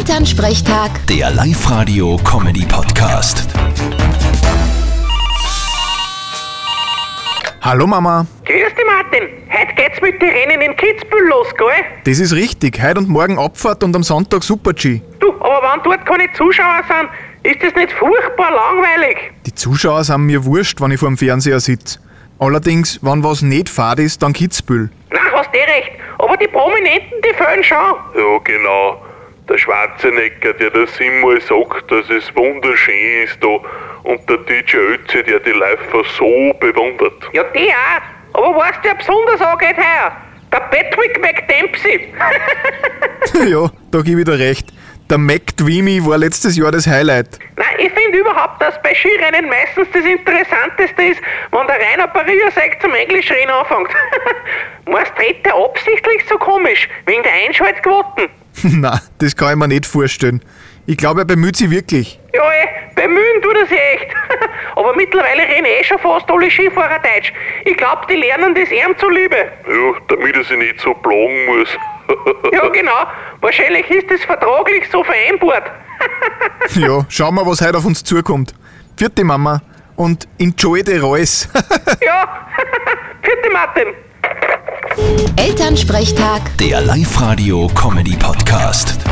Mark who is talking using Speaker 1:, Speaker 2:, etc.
Speaker 1: Elternsprechtag,
Speaker 2: Der Live-Radio-Comedy-Podcast.
Speaker 3: Hallo Mama,
Speaker 4: Grüß dich, Martin. Heute geht's mit den Rennen in Kitzbühel los, gell?
Speaker 3: das ist richtig. Heute und morgen Abfahrt und am Sonntag Super-G.
Speaker 4: Du, aber wenn dort keine Zuschauer sind, ist das nicht furchtbar langweilig?
Speaker 3: Die Zuschauer sind mir wurscht, wenn ich vor dem Fernseher sitze. Allerdings, wenn was nicht fad ist, dann Kitzbühel.
Speaker 4: Na, hast eh recht. Aber die Prominenten, die fehlen schon.
Speaker 5: Ja, genau. Der Schwarzenegger, der das immer sagt, dass es wunderschön ist da. Und der DJ Ötzi, der die Läufer so bewundert.
Speaker 4: Ja, die auch. Aber weißt du, wer besonders angeht heuer? Der Patrick McDempsey.
Speaker 3: ja, da gebe ich dir recht. Der McDreamy war letztes Jahr das Highlight.
Speaker 4: Nein, ich finde überhaupt, dass bei Skirennen meistens das Interessanteste ist, wenn der Rainer Pariasek zum Englischrennen anfängt. Meist dreht der absichtlich so komisch, wegen der Einschaltquoten.
Speaker 3: Na, das kann ich mir nicht vorstellen. Ich glaube, er bemüht sich wirklich.
Speaker 4: Ja, eh, bemühen tut er sich echt. Aber mittlerweile reden eh schon fast alle Skifahrer Deutsch. Ich glaub, die lernen das ihm zuliebe.
Speaker 5: Ja, damit er sich nicht so plagen muss.
Speaker 4: Ja, genau. Wahrscheinlich ist das vertraglich so vereinbart.
Speaker 3: ja, schauen wir, was heute auf uns zukommt. Vierte Mama und enjoy the race.
Speaker 4: Ja, vierte Martin.
Speaker 1: Elternsprechtag.
Speaker 2: Der Live-Radio-Comedy-Podcast.